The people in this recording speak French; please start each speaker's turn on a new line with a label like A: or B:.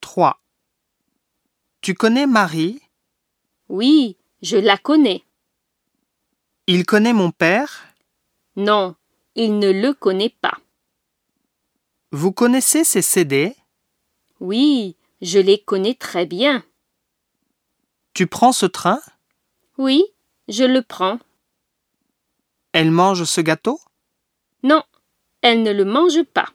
A: 3. Tu connais Marie
B: Oui, je la connais.
A: Il connaît mon père
B: Non, il ne le connaît pas.
A: Vous connaissez ses CD
B: Oui, je les connais très bien.
A: Tu prends ce train
B: Oui, je le prends.
A: Elle mange ce gâteau
B: Non, elle ne le mange pas.